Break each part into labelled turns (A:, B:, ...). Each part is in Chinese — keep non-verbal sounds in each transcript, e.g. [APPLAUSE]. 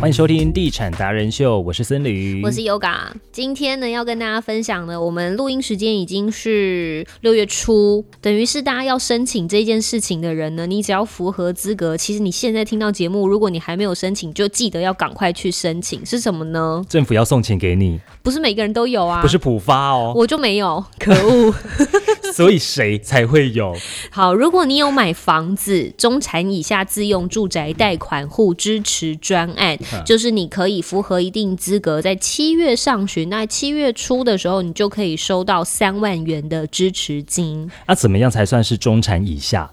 A: 欢迎收听《地产达人秀》，我是森林，
B: 我是 Yoga。今天呢，要跟大家分享呢，我们录音时间已经是六月初，等于是大家要申请这件事情的人呢，你只要符合资格，其实你现在听到节目，如果你还没有申请，就记得要赶快去申请。是什么呢？
A: 政府要送钱给你，
B: 不是每个人都有啊，
A: 不是普发哦，
B: 我就没有，可恶。
A: [LAUGHS] 所以谁才会有？
B: 好，如果你有买房子，中产以下自用住宅贷款户支持专案，就是你可以符合一定资格，在七月上旬，那七月初的时候，你就可以收到三万元的支持金，
A: 那、啊怎么样才算是中产以下？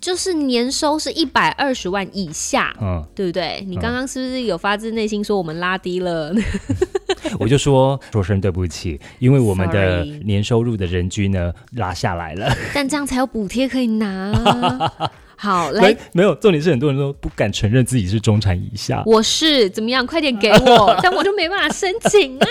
B: 就是年收是一百二十万以下。 [LAUGHS]
A: 嗯，
B: 对不对？你刚刚是不是有发自内心说我们拉低了？
A: 我就说说声对不起，因为我们的
B: Sorry
A: 年收入的人均呢拉下来了。
B: 但这样才有补贴可以拿。好，
A: [LAUGHS]
B: 来
A: 没，没有，重点是很多人都不敢承认自己是中产以
B: [LAUGHS]
A: 下，
B: 我是怎么样？快点给我，但我就没办法申请啊！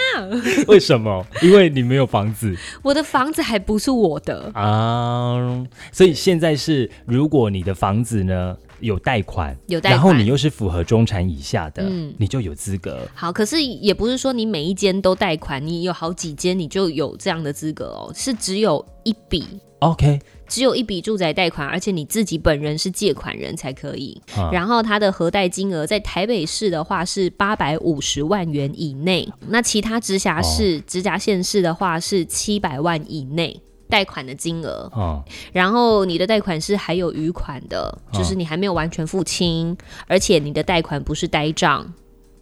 A: 为什么？因为你没有房子
B: 我的房子还不是我的，
A: 啊。所以现在是，如果你的房子呢有贷款，
B: 有贷款
A: 然后你又是符合中产以下的，
B: 嗯
A: 你就有资格。
B: 好，可是也不是说你每一间都贷款，你有好几间你就有这样的资格哦，是只有一笔，
A: OK，
B: 只有一笔住宅贷款，而且你自己本人是借款人才可以。
A: 啊
B: 然后它的核贷金额在台北市的话是八百五十万元以内，那其他直辖市、直辖县市的话是七百万以内。贷款的金额，
A: 哦，
B: 然后你的贷款是还有余款的，
A: 啊
B: 就是你还没有完全付清，而且你的贷款不是呆账，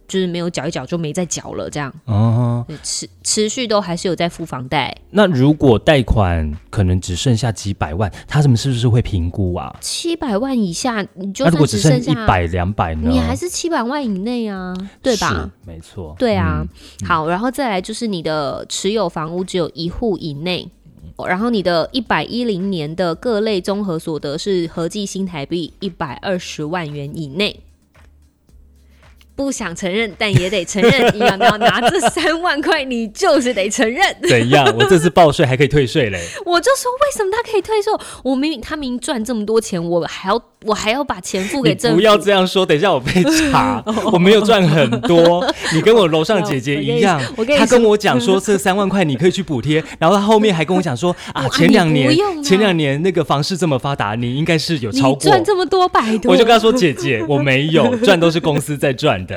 B: 就是没有缴一缴就没再缴了，这样
A: 哦，
B: 对持持续都还是有在付房贷，
A: 那如果贷款可能只剩下几百万，他们是不是会评估啊？
B: 七百万以下你就
A: 那如
B: 算
A: 果只
B: 只
A: 剩
B: 剩下
A: 一，百两百呢？
B: 你还是七百万以内啊，对吧？
A: 是？没错，
B: 对啊，
A: 嗯
B: 好，然后再来就是你的持有房屋只有一户以内。哦然后你的一百一零年的各类综合所得是合计新台币一百二十万元以内。不想承认，但也得承认，你要要拿这三万块，你就是得承认。 [LAUGHS]
A: 怎样？我这次报税还可以退税嘞。
B: 我就说，为什么他可以退税？我明明他明明赚这么多钱，我还要我还要把钱付
A: 你
B: 给政府？哦
A: 不要这样说，等一下我被
B: [LAUGHS]
A: 查，我没有赚很多。你跟我楼上姐姐一样，
B: 哦我跟你
A: 她
B: 说
A: 跟我讲说
B: [LAUGHS]
A: 这三万块你可以去补贴，然后她后面还跟我讲说啊，
B: 哇
A: 前两
B: 你
A: 年
B: 不用哦啊
A: 前两年那个房市这么发达，你应该是有超
B: 你
A: 过。
B: 赚这么多，拜托！
A: 我就跟她说姐姐，我没有赚，都是公司在赚的。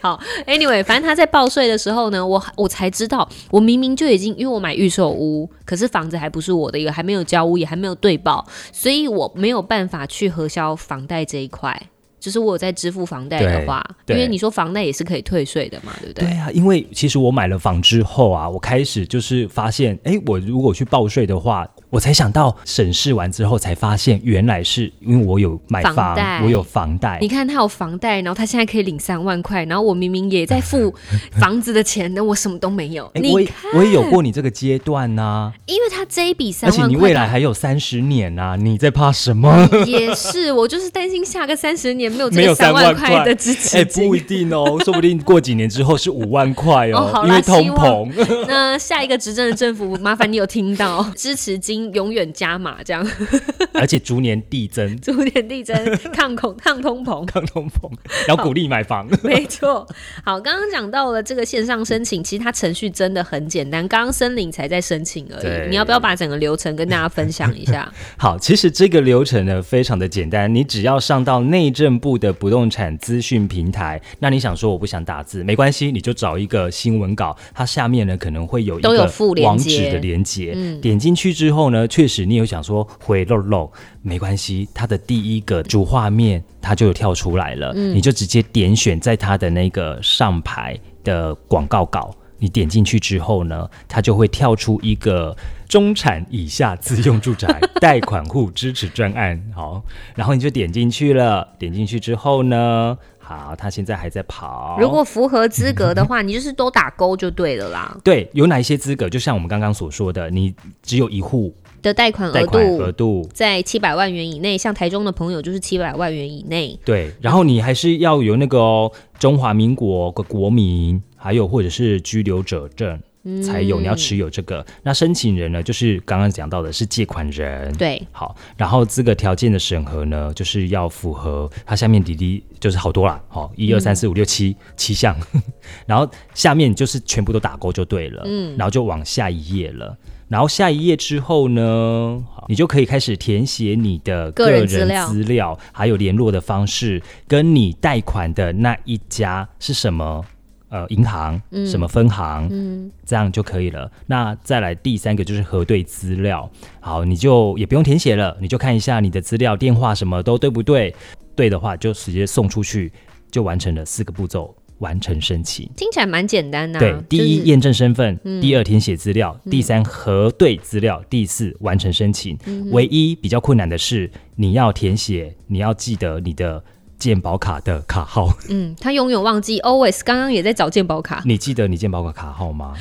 B: 好，Anyway，反正他在报税的时候呢，我我才知道，我明明就已经因为我买预售屋，可是房子还不是我的，也还没有交屋，也还没有对报，所以我没有办法去核销房贷这一块。就是我有在支付房贷的话，
A: 对
B: 因
A: 对
B: 为你说房贷也是可以退税的嘛，对不对？
A: 对啊，因为其实我买了房之后啊，我开始就是发现，哎，我如果去报税的话，我才想到审视完之后才发现，原来是因为我有买
B: 房
A: 房，
B: 贷
A: 我有房贷
B: 你，看他有房贷，然后他现在可以领三万块，然后我明明也在付 [LAUGHS] 房子的钱，那我什么都没有。
A: 哎，我也
B: 你看，
A: 我也有过你这个阶段呐、
B: 因为他这一笔
A: 而
B: 三万
A: 且
B: 块，
A: 你未来还有三十年呐、你在怕什
B: [LAUGHS]
A: 么？ [LAUGHS]
B: 也是，我就是担心下个三十年没有
A: 没
B: 这
A: 有
B: 个
A: 3万
B: 万
A: 块
B: 块的支持
A: 哎，
B: 金。
A: 不一定哦，说不定过几年之后是五万块
B: 哦
A: 哦，
B: 好啦
A: 因为通膨。
B: [LAUGHS] 那下一个执政的
A: [LAUGHS]
B: 政府，麻烦你有听到支持金永远加码，这样 [LAUGHS]
A: 而且逐年递增，
B: 逐年递增，抗
A: [LAUGHS]
B: 恐抗通膨。
A: 抗通膨，然后鼓励买房。
B: 没错，好，刚刚讲到了这个线上申请，其实它程序真的很简单，刚刚森林才在申请而
A: 对
B: 已。你要不要把整个流程跟大家分享一
A: [LAUGHS]
B: 下？
A: 好，其实这个流程呢非常的简单，你只要上到内政部的不动产资讯平台，那你想说我不想打字，没关系，你就找一个新闻稿，它下面呢可能会有一
B: 都有
A: 个
B: 附链
A: 网址
B: 接
A: 的连接，
B: 嗯
A: 点进去之后呢，确实你有想说回漏漏，没关系，它的第一个主画面它就有跳出来了，
B: 嗯
A: 你就直接点选在它的那个上排的广告稿。你点进去之后呢，它就会跳出一个中产以下自用住
B: [LAUGHS]
A: 宅贷款户支持专案，好，然后你就点进去了。点进去之后呢，好，它现在还在跑。
B: 如果符合资格的话，你就是都打勾就对了啦。
A: 对有哪一些资格，就像我们刚刚所说的，你只有一户
B: 的贷款
A: 贷
B: 额
A: 款额
B: 度
A: 度。
B: 在七百万元以内，像台中的朋友就是七百万元以内。
A: 对，然后你还是要有那个哦、中华民国的国民，还有或者是居留者证，才有，你要持有这个。那申请人呢，就是刚刚讲到的是借款人，
B: 对，
A: 好，然后资格条件的审核呢，就是要符合它下面滴滴就是好多啦，好，一二三四五六七七项， [LAUGHS] 然后下面就是全部都打勾就对了，嗯，然后就往下一页了。然后下一页之后呢，好你就可以开始填写你的
B: 个
A: 个
B: 人
A: 人
B: 资料
A: 资料，还有联络的方式，跟你贷款的那一家是什么呃银行、什么分行，嗯，这样就可以了。那再来第三个就是核对资料，好，你就也不用填写了，你就看一下你的资料、电话什么都对不对，对的话就直接送出去，就完成了四个步骤，完成申请。
B: 听起来蛮简单的啊、
A: 对，第一
B: 就是嗯
A: 验证身份，第二填写资料，第三核对资料，第四完成申请。
B: 嗯
A: 唯一比较困难的是，你要填写，你要记得你的健保卡的卡号。 [LAUGHS]
B: 嗯，他永远忘记，always 刚刚也在找健保卡，
A: 你记得你健保卡卡号吗？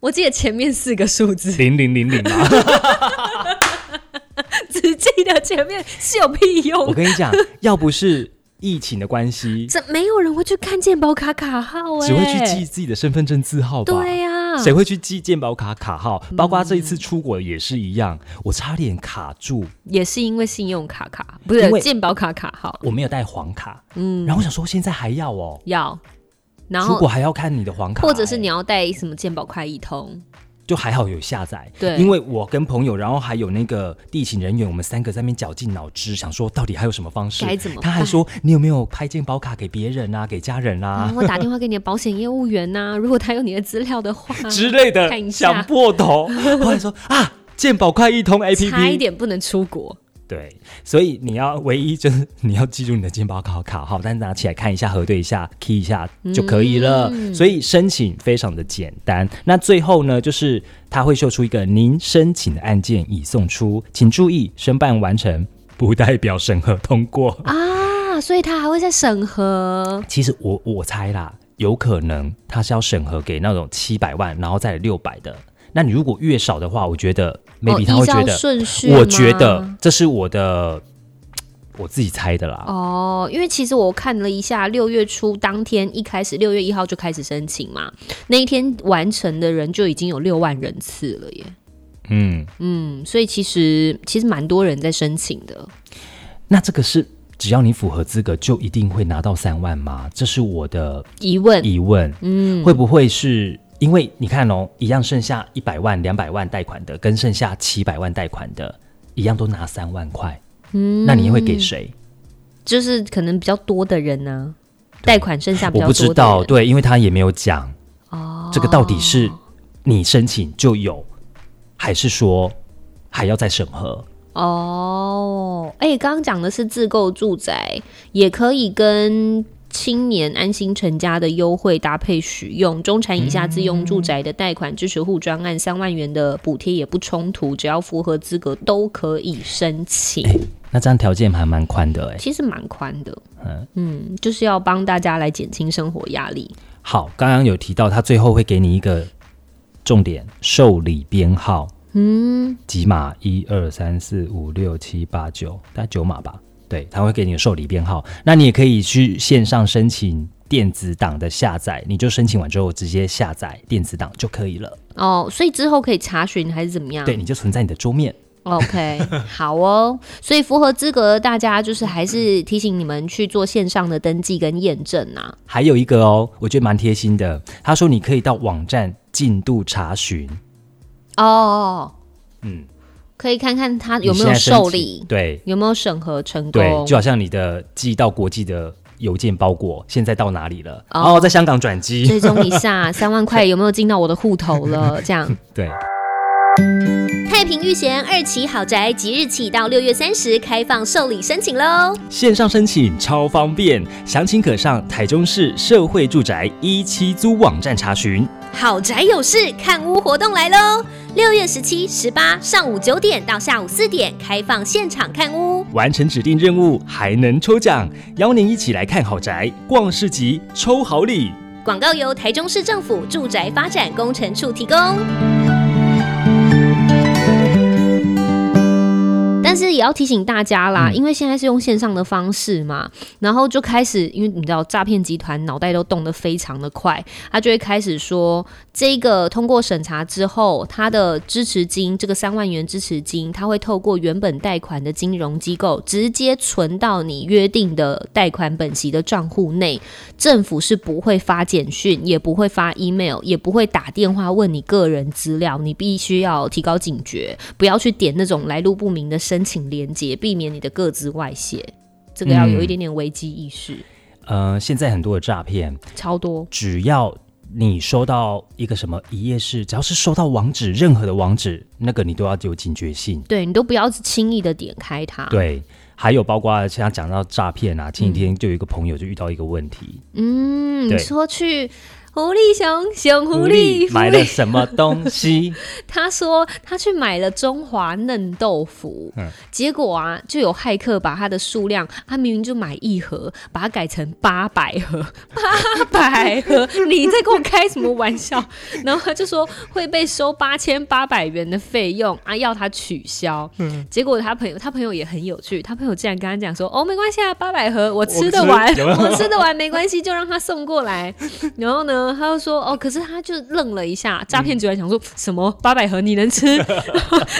B: 我记得前面四个数字，
A: [LAUGHS] 零零零零啊！
B: 只记得前面是有屁
A: [LAUGHS] 我
B: 用？
A: 跟你讲，要不是疫情的关系，
B: 这没有人会去看健保卡卡号哎、
A: 只会去记自己的身份证字号吧？
B: 对啊嗯呀、
A: 谁会去记健保卡卡号？包括这一次出国也是一样，我差点卡住，
B: 也是因为信用卡卡不是
A: 因为
B: 健保卡卡号
A: 我没有带黄卡，嗯，
B: 嗯
A: 然后我想说现在还要哦，
B: 要，然
A: 出
B: 后
A: 国还要看你的黄卡、
B: 或者是你
A: 哎
B: 要带什么健保快易通，
A: 就还好有下载，
B: 对
A: 因为我跟朋友，然后还有那个地勤人员，我们三个在那边绞尽脑汁，想说到底还有什么方式，
B: 该怎么
A: 他还
B: 办
A: 说你有没有拍健保卡给别人啊，给家人
B: 然
A: 啊、
B: 后嗯打电话给你的保险业务员呐、 [LAUGHS] 如果他有你的资料的话，
A: 之类
B: 看一
A: 的，
B: 下
A: 想破头， [LAUGHS] 后来说啊，健保快易通 APP，
B: 差一点不能出国。
A: 对，所以你要唯一就是你要记住你的健保卡卡号，但是拿起来看一下、核对一下、key 一下就可以了。
B: 嗯
A: 所以申请非常的简单。那最后呢，就是它会秀出一个您申请的案件已送出，请注意申办完成不代表审核通过。
B: 啊，所以他还会再审核。
A: 其实我我猜啦，有可能它是要审核给那种七百万，然后再六百的。那你如果越少的话，我觉得 maybe 他
B: 哦、
A: 会
B: 依
A: 觉
B: 照
A: 得，
B: 顺序吗，
A: 我觉得这是我的我自己猜的啦。
B: 哦，因为其实我看了一下，六月初当天一开始，六月一号就开始申请嘛，那一天完成的人就已经有六万人次了耶。
A: 嗯，
B: 嗯，所以其实其实蛮多人在申请的。
A: 那这个是只要你符合资格，就一定会拿到三万吗？这是我的
B: 疑问，
A: 疑问。嗯，会不会是因为你看哦，一样剩下一百万、两百万贷款的，跟剩下七百万贷款的，一样都拿三万块。嗯，那你会给谁？
B: 就是可能比较多的人呢、贷款剩下比
A: 我
B: 较
A: 不知
B: 多的
A: 道，
B: 人，
A: 对，因为他也没有讲
B: 哦，
A: 这个到底是你申请就有，还是说还要再审核？
B: 哦，哎、刚刚讲的是自购住宅，也可以跟青年安心成家的优惠搭配使用，中产以下自用住宅的贷款支持户专案三万元的补贴也不冲突，只要符合资格都可以申请，
A: 那这样条件还蛮宽的哎、
B: 其实蛮宽的。嗯，就是要帮大家来减轻生活压力。
A: 好，刚刚有提到，他最后会给你一个重点受理编号，嗯，几码？一二三四五六七八九，大概九码吧。对，他会给你个受理编号，那你也可以去线上申请电子档的下载，你就申请完之后直接下载电子档就可以了。
B: 哦，所以之后可以查询还是怎么样？
A: 对，你就存在你的桌面。 [LAUGHS]
B: OK，好哦。所以符合资格，大家就是还是提醒你们去做线上的登记跟验证啊。
A: 还有一个哦，我觉得蛮贴心的，他说你可以到网站进度查询，
B: 哦，
A: 嗯，
B: 可以看看他
A: 你
B: 有没
A: 现
B: 有
A: 在申
B: 受
A: 请
B: 理，
A: 对，
B: 有没有审核成
A: 对，
B: 功。
A: 就好像你的寄到国际的邮件包裹，现在到哪里了？
B: 哦
A: 哦，在香港转机。
B: [LAUGHS] 追踪一下三万块有没有进到我的户头
A: [LAUGHS]
B: 了？这样，
A: 对，
C: 太平御贤二期豪宅即日起到六月三十开放受理申请喽！
A: 线上申请超方便，详情可上台中市社会住宅一期租网站查询。
C: 好宅有事看屋活动来喽！六月十七、十八上午九点到下午四点开放现场看屋，
A: 完成指定任务还能抽奖，邀您一起来看好宅、逛市集、抽好礼。
C: 广告由台中市政府住宅发展工程处提供。
B: 但是也要提醒大家啦，
C: 嗯
B: 因为现在是用线上的方式嘛，然后就开始，因为你知道诈骗集团脑袋都动得非常的快，他就会开始说，这个通过审查之后，他的支持金这个三万元支持金，他会透过原本贷款的金融机构直接存到你约定的贷款本息的账户内，政府是不会发简讯，也不会发 email，也不会打电话问你个人资料，你必须要提高警觉，不要去点那种来路不明的申请连接，避免你的个资外泄。这个要有一点点危机意识，
A: 呃，现在很多的诈骗，
B: 超多。
A: 只要你收到一个什么一页式，只要是收到网址，任何的网址，那个你都要有警觉性。
B: 对你都不要轻易的点开它。，
A: 对，还有包括像讲到诈骗啊，前几天就有一个朋友就遇到一个问题，
B: 嗯，你
A: 对
B: 说去狐狸熊熊狐
A: 狐
B: 狸
A: 狸买了
B: 狐狸
A: 什么东西？
B: [LAUGHS] 他说他去买了中华嫩豆腐，
A: 嗯
B: 结果啊，就有骇客把它的数量，他明明就买一盒，把它改成八百盒， [LAUGHS] 八百盒，你在跟我开什么玩笑？然后他就说会被收八千八百元的费用啊，要他取消。结果他朋友，他朋友也很有趣，他朋友竟然跟他讲说，哦，没关系啊，八百盒我吃得 [LAUGHS] 完，
A: 有没有
B: 我吃得完没关系，就让他送过来。然后呢，他就说哦，可是他就愣了一下，诈骗集团想说、什么八百盒你能吃，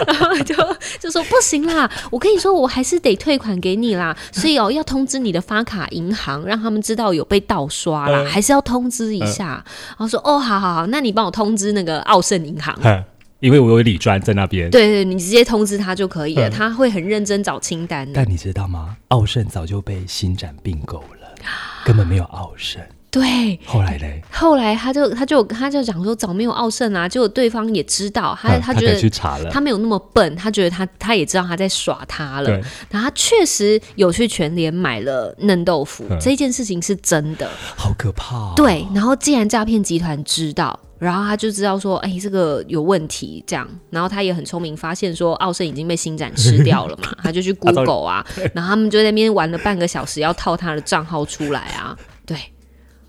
B: 然后 [LAUGHS] 就就说不行啦，我跟你说我还是得退款给你
A: [LAUGHS]
B: 啦，所以哦要通知你的发卡银行，让他们知道有被盗刷啦，
A: 嗯
B: 还是要通知一下。然后说哦，好好好，那你帮我通知那个奥盛银行。
A: 嗯因为我有理专在那边。
B: 对对，你直接通知他就可以了，
A: 嗯
B: 他会很认真找清单的。
A: 但你知道吗？奥盛早就被新展并购了，
B: [GASPS]
A: 根本没有奥盛。
B: 对，
A: 后来嘞，
B: 后来他就他就他就讲说早没有奥盛啊，结果对方也知道，他
A: 嗯
B: 他
A: 可
B: 觉
A: 以
B: 得
A: 去查了，
B: 他没有那么笨，他觉得他他也知道他在耍他了
A: 对，
B: 然后他确实有去全联买了嫩豆腐，
A: 嗯
B: 这件事情是真的。
A: 好可怕、哦。
B: 对，然后既然诈骗集团知道，然后他就知道说，哎、这个有问题，这样，然后他也很聪明，发现说奥盛已经被新展吃掉了
A: [LAUGHS]
B: 嘛，他就去 Google 啊，然后他们就在那边玩了半个小时，要套他的账号出来啊，对。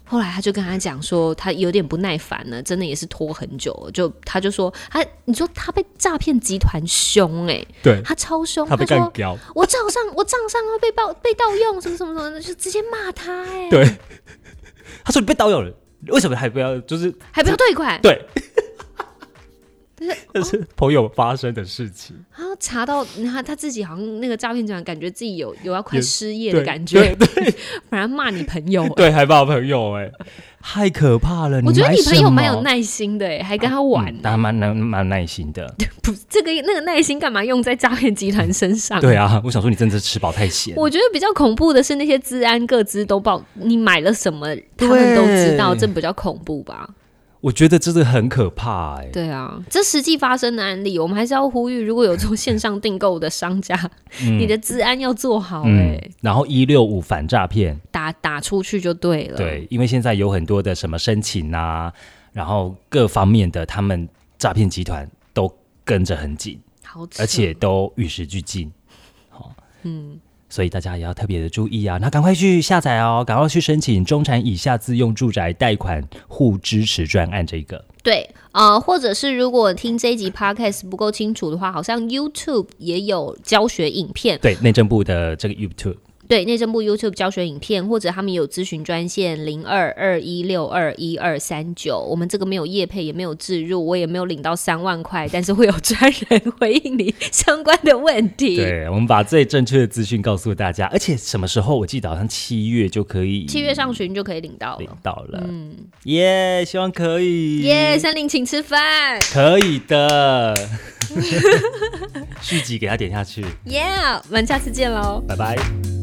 B: 后来他就跟他讲说，他有点不耐烦了，真的也是拖很久了，就他就说，他你说他被诈骗集团凶哎、
A: 对，
B: 他超凶，
A: 他被
B: 说
A: 干掉。
B: 我账上我账上会被盗被盗用什么什么什么的，就直接骂他哎、
A: 对， [LAUGHS] 他说你被盗用了，为什么还不要？就是
B: 还不要退款， [LAUGHS]
A: 对，
B: 但是
A: [LAUGHS] 这是朋友发生的事情。
B: 然后啊查到嗯他他自己好像那个诈骗集团，感觉自己有有要快
A: 也
B: 失业的感觉
A: 对，
B: [LAUGHS] 反而骂你朋 [LAUGHS] 友、
A: 对，还把朋友哎、太可怕了！
B: 我觉得
A: 买
B: 你朋友蛮
A: 什
B: 有
A: 么
B: 耐心的欸，还跟他玩
A: 嗯，。他蛮蛮蛮耐心的。
B: 不，这个那个耐心干嘛用在诈骗集团身上？
A: 对啊，我想说你真的是吃饱太闲。
B: 我觉得比较恐怖的是那些治安各自都报，你买了什么，他们都知道，
A: 对
B: 这比较恐怖吧？
A: 我觉得真的很可怕哎、
B: 对啊，这实际发生的案例，我们还是要呼吁，如果有做线上订购的商家，
A: [LAUGHS]
B: 你的治安要做好、欸，
A: 嗯，然后一六五反诈骗，
B: 打打出去就对了。
A: 对，因为现在有很多的什么申请啊，然后各方面的他们诈骗集团都跟着很紧，
B: 好扯，
A: 而且都与时俱进。好、
B: 嗯，
A: 所以大家也要特别的注意啊，那赶快去下载哦，赶快去申请中产以下自用住宅贷款户支持专案这个。
B: 对，呃，或者是如果听这一集 podcast 不够清楚的话，好像 YouTube 也有教学影片，
A: 对，内政部的这个 YouTube，
B: 对，内政部 YouTube 教学影片，或者他们有咨询专线零二二一六二一二三九。我们这个没有业配，也没有置入，我也没有领到三万块，但是会有专人回应你相关的问题。
A: 对我们把最正确的资讯告诉大家，而且什么时候？我记得好像七月就可以
B: 七月上旬就可以领到
A: 领
B: 了。
A: 到了，耶、希望可以，
B: 耶，三林请吃饭
A: 可以的， [LAUGHS] 续集给他点下去，
B: 耶！Yeah，我们下次见喽。
A: 拜拜。